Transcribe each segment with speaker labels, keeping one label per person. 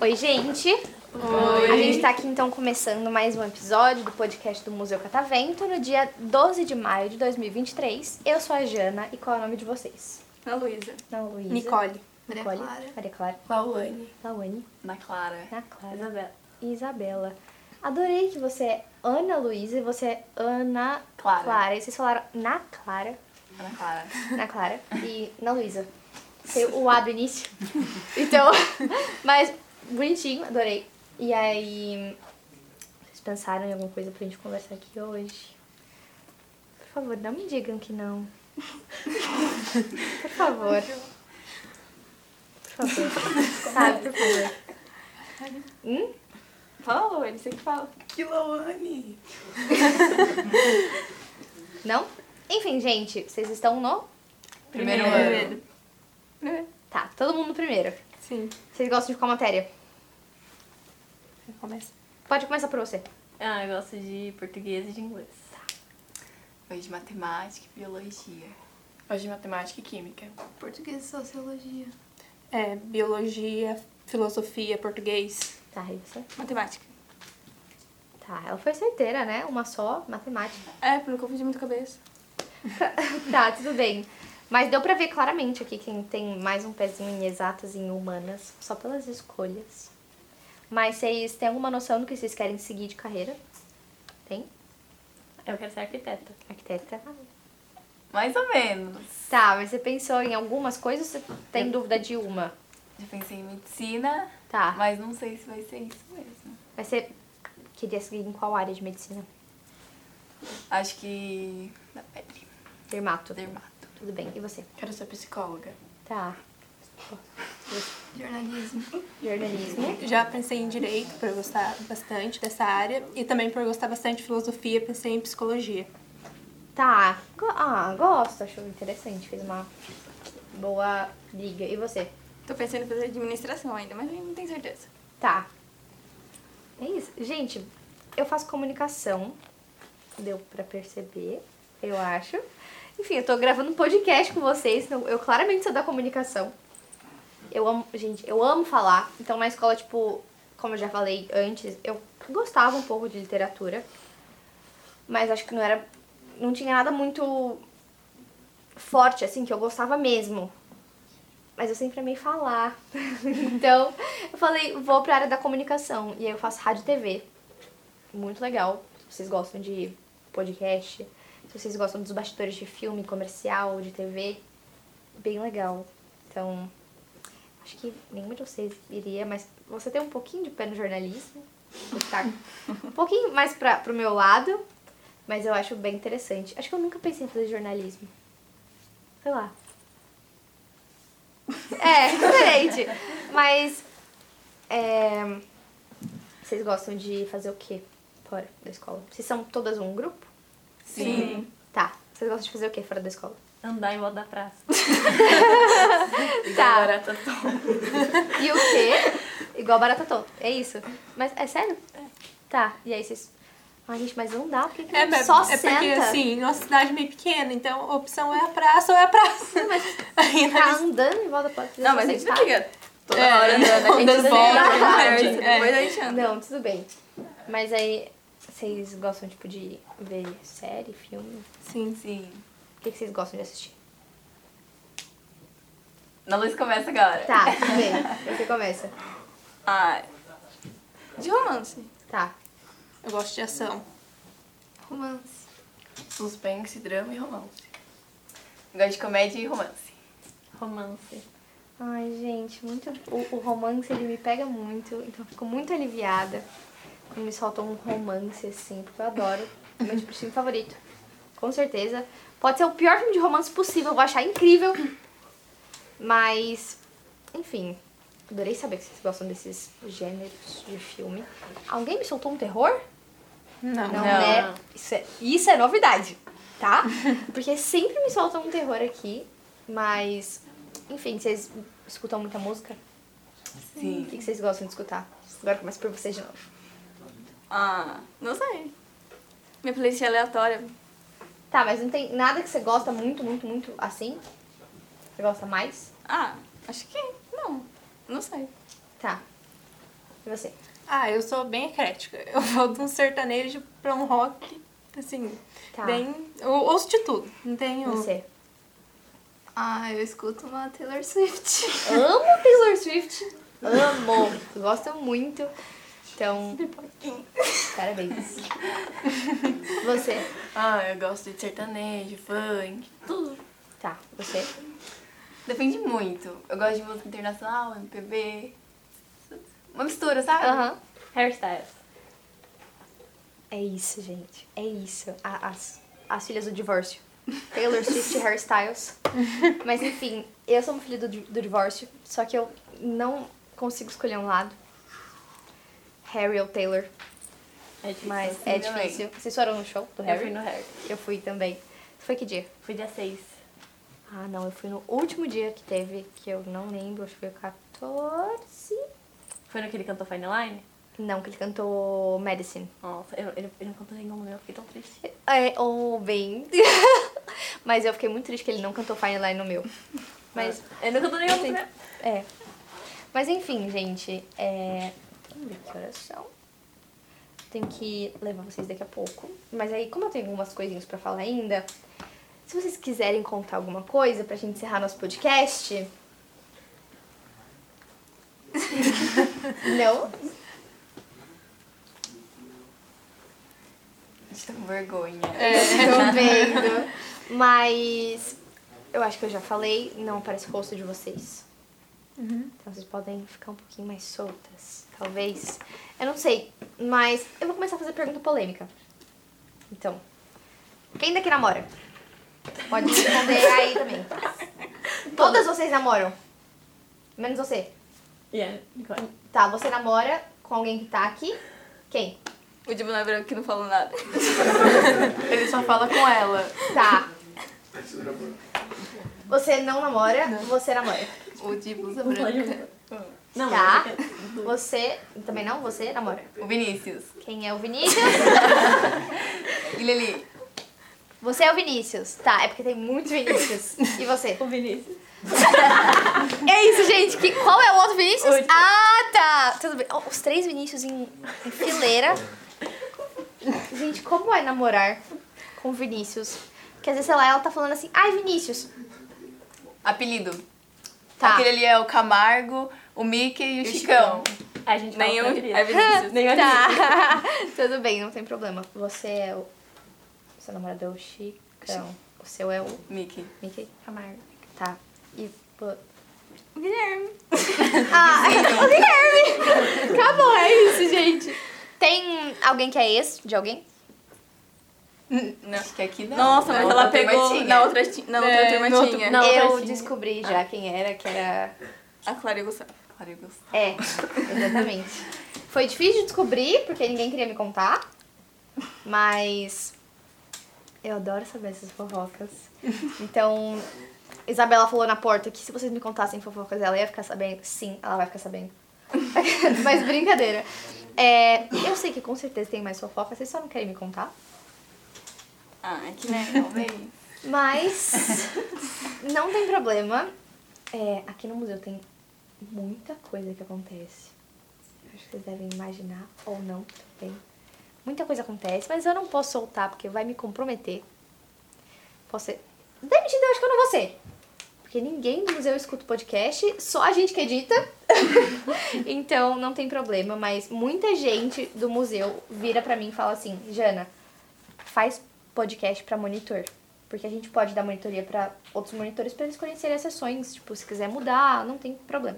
Speaker 1: Oi, gente. A gente tá aqui então começando mais um episódio do podcast do Museu Catavento no dia 12 de maio de 2023. Eu sou a Jana e qual é o nome de vocês?
Speaker 2: tá
Speaker 3: Ana Luísa.
Speaker 1: Ana Luísa.
Speaker 3: Nicole.
Speaker 1: Maria Clara. Maria Clara.
Speaker 2: Lauane.
Speaker 1: Lawane.
Speaker 3: Ana Clara.
Speaker 1: Ana Clara.
Speaker 2: Isabela.
Speaker 1: E Isabela. Adorei que você é Ana Luísa e você é Ana
Speaker 3: Clara.
Speaker 1: Clara. E vocês falaram na Clara.
Speaker 3: Ana Clara.
Speaker 1: Na Clara e na Luísa. Tem o A do início. Então, mas bonitinho, adorei. E aí, vocês pensaram em alguma coisa pra gente conversar aqui hoje? Por favor, não me digam que não. Por favor. Por favor. Sabe, por favor. Hum?
Speaker 3: Fala, Lu, ele sempre fala.
Speaker 2: Que Lauane.
Speaker 1: Não? Enfim, gente, vocês estão no?
Speaker 3: Primeiro ano.
Speaker 2: Primeiro.
Speaker 1: Tá, todo mundo no primeiro.
Speaker 2: Sim.
Speaker 1: Vocês gostam de qual matéria?
Speaker 2: Começa.
Speaker 1: Pode começar por você.
Speaker 4: Ah, eu gosto de português e de inglês.
Speaker 3: Foi de matemática e biologia.
Speaker 2: Hoje matemática e química.
Speaker 5: Português e sociologia.
Speaker 2: É, biologia, filosofia, português.
Speaker 1: Tá, e você?
Speaker 2: Matemática.
Speaker 1: Tá, ela foi certeira, né? Uma só, matemática.
Speaker 2: É, pra não confundir muito a cabeça.
Speaker 1: tá, tudo bem. Mas deu pra ver claramente aqui quem tem mais um pezinho em exatas e em humanas, só pelas escolhas. Mas vocês têm alguma noção do que vocês querem seguir de carreira? Tem?
Speaker 4: Eu quero ser arquiteta.
Speaker 1: Arquiteta?
Speaker 3: Mais ou menos.
Speaker 1: Tá, mas você pensou em algumas coisas ou você tem dúvida de uma?
Speaker 3: Já pensei em medicina,
Speaker 1: Tá,
Speaker 3: mas não sei se vai ser isso mesmo.
Speaker 1: mas você queria seguir em qual área de medicina?
Speaker 3: Acho que. da pele.
Speaker 1: Dermato.
Speaker 3: Dermato.
Speaker 1: Tudo bem, e você?
Speaker 2: Quero ser psicóloga.
Speaker 1: Tá.
Speaker 5: Jornalismo.
Speaker 1: Jornalismo.
Speaker 2: Já pensei em direito, por gostar bastante dessa área. E também por gostar bastante de filosofia, pensei em psicologia.
Speaker 1: Tá. Go- Ah, gosto, acho interessante. Fez uma boa liga. E você?
Speaker 6: Tô pensando em fazer administração ainda, mas não tenho certeza.
Speaker 1: Tá. É isso. Gente, eu faço comunicação. Deu pra perceber, eu acho. Enfim, eu tô gravando um podcast com vocês. então Eu claramente sou da comunicação. Eu amo, gente, eu amo falar. Então na escola, tipo, como eu já falei antes, eu gostava um pouco de literatura. Mas acho que não era. Não tinha nada muito forte, assim, que eu gostava mesmo. Mas eu sempre amei falar. então, eu falei, vou pra área da comunicação. E aí eu faço rádio e TV. Muito legal. Se vocês gostam de podcast, se vocês gostam dos bastidores de filme, comercial, de TV, bem legal. Então, acho que nenhuma de vocês iria, mas você tem um pouquinho de pé no jornalismo. Você tá um pouquinho mais pra, pro meu lado, mas eu acho bem interessante. Acho que eu nunca pensei em fazer jornalismo. Sei lá. É, diferente. Mas. é, vocês gostam de fazer o quê fora da escola? Vocês são todas um grupo?
Speaker 3: Sim.
Speaker 1: Tá. Vocês gostam de fazer o quê fora da escola?
Speaker 4: Andar em volta da praça.
Speaker 1: Tá.
Speaker 4: Barata tom.
Speaker 1: E o quê? Igual barata tonta. É isso. Mas é sério? Tá. E aí vocês. Ai, gente, mas não dá, porque que
Speaker 2: É,
Speaker 1: não
Speaker 2: mas
Speaker 1: só
Speaker 2: é
Speaker 1: senta.
Speaker 2: porque assim, nossa cidade é meio pequena, então a opção é a praça ou é a praça.
Speaker 1: Mas
Speaker 2: Aí né?
Speaker 1: tá
Speaker 2: nós-
Speaker 1: andando em volta da porta.
Speaker 6: Não, mas a gente não fica toda
Speaker 2: É,
Speaker 6: hora andando. A gente
Speaker 2: dando volta,
Speaker 6: conversa,
Speaker 2: é.
Speaker 6: depois a gente anda.
Speaker 1: Não, tudo bem. Mas aí, vocês gostam, tipo, de ver série, filme?
Speaker 2: Sim.
Speaker 3: Sim.
Speaker 1: O que que vocês gostam de assistir?
Speaker 3: Na luz começa agora. Ah,
Speaker 1: Tá, tudo bem. Você começa.
Speaker 6: Ai. De romance.
Speaker 1: Tá.
Speaker 2: Eu gosto de ação.
Speaker 5: Romance.
Speaker 2: Suspense, drama e romance.
Speaker 3: Gosto de comédia e romance.
Speaker 4: Romance.
Speaker 1: Ai, gente, muito. O, o romance ele me pega muito, então eu fico muito aliviada quando me soltam um romance assim, porque eu adoro. É meu tipo de filme favorito. Com certeza. Pode ser o pior filme de romance possível, eu vou achar incrível. Mas, enfim, adorei saber que vocês gostam desses gêneros de filme. Alguém me soltou um terror?
Speaker 2: Não.
Speaker 1: Não,
Speaker 3: Não.
Speaker 1: né? Isso é, isso é novidade, tá? Porque sempre me soltam um terror aqui, mas. Enfim, vocês escutam muita música?
Speaker 3: Sim.
Speaker 1: O que que vocês gostam de escutar? Agora começa por vocês de novo.
Speaker 6: Ah, não sei. Minha playlist é aleatória.
Speaker 1: Tá, mas não tem nada que você gosta muito, muito, muito assim? Você gosta mais?
Speaker 6: Ah, acho que não. Não sei.
Speaker 1: Tá. E você?
Speaker 2: Ah, eu sou bem eclética. Eu vou de um sertanejo pra um rock, assim,
Speaker 1: Tá.
Speaker 2: bem... Eu ouço de tudo. Não tenho...
Speaker 1: Você?
Speaker 5: Ah, eu escuto uma Taylor Swift.
Speaker 1: Oh. Amo Taylor Swift. Amo. Gosto muito. Então, parabéns. Você?
Speaker 3: Ah, eu gosto de sertanejo, funk, tudo.
Speaker 1: Tá, você?
Speaker 3: Depende muito. Eu gosto de música internacional, MPB. Uma mistura, sabe?
Speaker 1: Aham.
Speaker 4: Hairstyles.
Speaker 1: É isso, gente. É isso. A- as, as filhas do divórcio. Taylor Swift e Hairstyles. Mas enfim, eu sou uma filha do, di- do divórcio, só que eu não consigo escolher um lado. Harry ou Taylor,
Speaker 4: É difícil.
Speaker 1: mas
Speaker 3: Sim,
Speaker 1: é
Speaker 3: também.
Speaker 1: difícil. Vocês foram no show do
Speaker 4: Eu fui
Speaker 1: Harry?
Speaker 4: no Harry.
Speaker 1: Eu fui também. Foi que dia?
Speaker 4: Fui dia 6.
Speaker 1: Ah, não, eu fui no último dia que teve, que eu não lembro, acho que foi o 14.
Speaker 4: Foi no que ele cantou Fine Line?
Speaker 1: Não, que ele cantou Medicine.
Speaker 4: Nossa, eu- ele, ele não cantou nenhum meu, eu fiquei tão triste.
Speaker 1: É, ou bem. Mas eu fiquei muito triste que ele não cantou Fine Line no meu. Mas,
Speaker 4: Ele não cantou nenhum
Speaker 1: Sim.
Speaker 4: meu.
Speaker 1: é. Mas enfim, gente, é. Vamos ver que horas são. Tenho que levar vocês daqui a pouco. Mas aí, como eu tenho algumas coisinhas pra falar ainda, se vocês quiserem contar alguma coisa pra gente encerrar nosso podcast. não?
Speaker 3: A gente tá com vergonha.
Speaker 1: Tô vendo. Mas eu acho que eu já falei, não aparece o rosto de vocês. Então vocês podem ficar um pouquinho mais soltas, talvez. Eu não sei, mas eu vou começar a fazer pergunta polêmica. Então, quem daqui namora? Pode responder aí também. Todas vocês namoram? Menos você.
Speaker 4: Yeah, Nicole.
Speaker 1: Tá, você namora com alguém que tá aqui? Quem?
Speaker 6: O Dibu não é branco que não falou nada.
Speaker 3: Ele só fala com ela.
Speaker 1: Tá. Você não namora, você namora.
Speaker 3: O de blusa
Speaker 4: Não pode
Speaker 3: branca.
Speaker 4: mudar. Não,
Speaker 1: Tá.
Speaker 4: mas eu quero-
Speaker 1: Você também não? Você namora?
Speaker 3: O Vinícius.
Speaker 1: Quem é o Vinícius?
Speaker 3: E Lili.
Speaker 1: Você é o Vinícius. Tá, é porque tem muitos Vinícius. E você?
Speaker 4: O Vinícius.
Speaker 1: É isso, gente. Que, qual é o outro Vinícius?
Speaker 4: Último.
Speaker 1: Ah, tá. Tudo bem. Ó, os três Vinícius em, em fileira. Gente, como é namorar com Vinícius? Porque às vezes, sei lá, ela tá falando assim, ai, Vinícius.
Speaker 3: Apelido.
Speaker 1: Tá.
Speaker 3: Aquele ali é o Camargo, o Mickey e o, Chicão.
Speaker 4: A gente fala
Speaker 6: Nenhum
Speaker 4: pra Vinícius.
Speaker 6: é Vinícius.
Speaker 4: Nenhum é Vinícius.
Speaker 1: Tá. Tudo bem, não tem problema. Você é o. Seu namorado é o Chicão. O seu é o
Speaker 3: Mickey.
Speaker 1: Mickey Camargo. Tá. E. pô,
Speaker 6: Guilherme.
Speaker 1: Ah, o Guilherme! Acabou, é isso, gente. Tem alguém que é ex de alguém?
Speaker 6: Não.
Speaker 3: Acho que aqui não.
Speaker 6: Nossa,
Speaker 3: Na
Speaker 6: mas
Speaker 3: outra
Speaker 6: ela pegou
Speaker 3: turma tinha.
Speaker 6: na outra, ti- na outra
Speaker 2: É,
Speaker 6: turma
Speaker 2: no outro-
Speaker 6: tinha.
Speaker 4: Não,
Speaker 1: eu
Speaker 4: Tarcinha.
Speaker 1: descobri já quem era, que era.
Speaker 6: A Clara e o Gustavo.
Speaker 3: Claro, eu gostei.
Speaker 1: É, exatamente. Foi difícil de descobrir, porque ninguém queria me contar. Mas. Eu adoro saber essas fofocas. Então. Isabela falou na porta que se vocês me contassem fofocas, ela ia ficar sabendo. Sim, ela vai ficar sabendo. Mas brincadeira. É, eu sei que com certeza tem mais fofocas, vocês só não querem me contar.
Speaker 6: Ah, que né? Talvez.
Speaker 1: Mas não tem problema. É, aqui no museu tem muita coisa que acontece. Eu Acho que vocês devem imaginar ou não também. Muita coisa acontece, mas eu não posso soltar porque vai me comprometer. Posso ser. Demitida, eu acho que eu não vou ser. Porque ninguém do museu escuta o podcast, só a gente que edita. então não tem problema, mas muita gente do museu vira pra mim e fala assim: Jana, faz podcast pra monitor. Porque a gente pode dar monitoria pra outros monitores pra eles conhecerem as sessões. Tipo, se quiser mudar, não tem problema.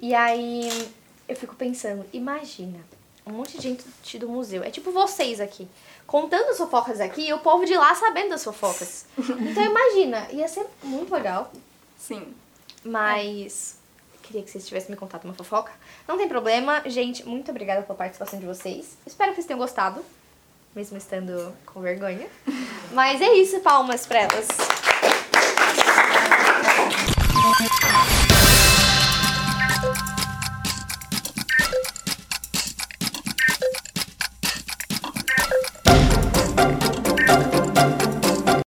Speaker 1: E aí eu fico pensando, imagina, um monte de gente do museu. É tipo vocês aqui, contando as fofocas aqui e o povo de lá sabendo das fofocas. Então imagina, ia ser muito legal.
Speaker 6: Sim.
Speaker 1: Mas queria que vocês tivessem me contado uma fofoca. Não tem problema. Gente, muito obrigada pela participação de vocês. Espero que vocês tenham gostado, mesmo estando com vergonha. Mas é isso, palmas pra elas.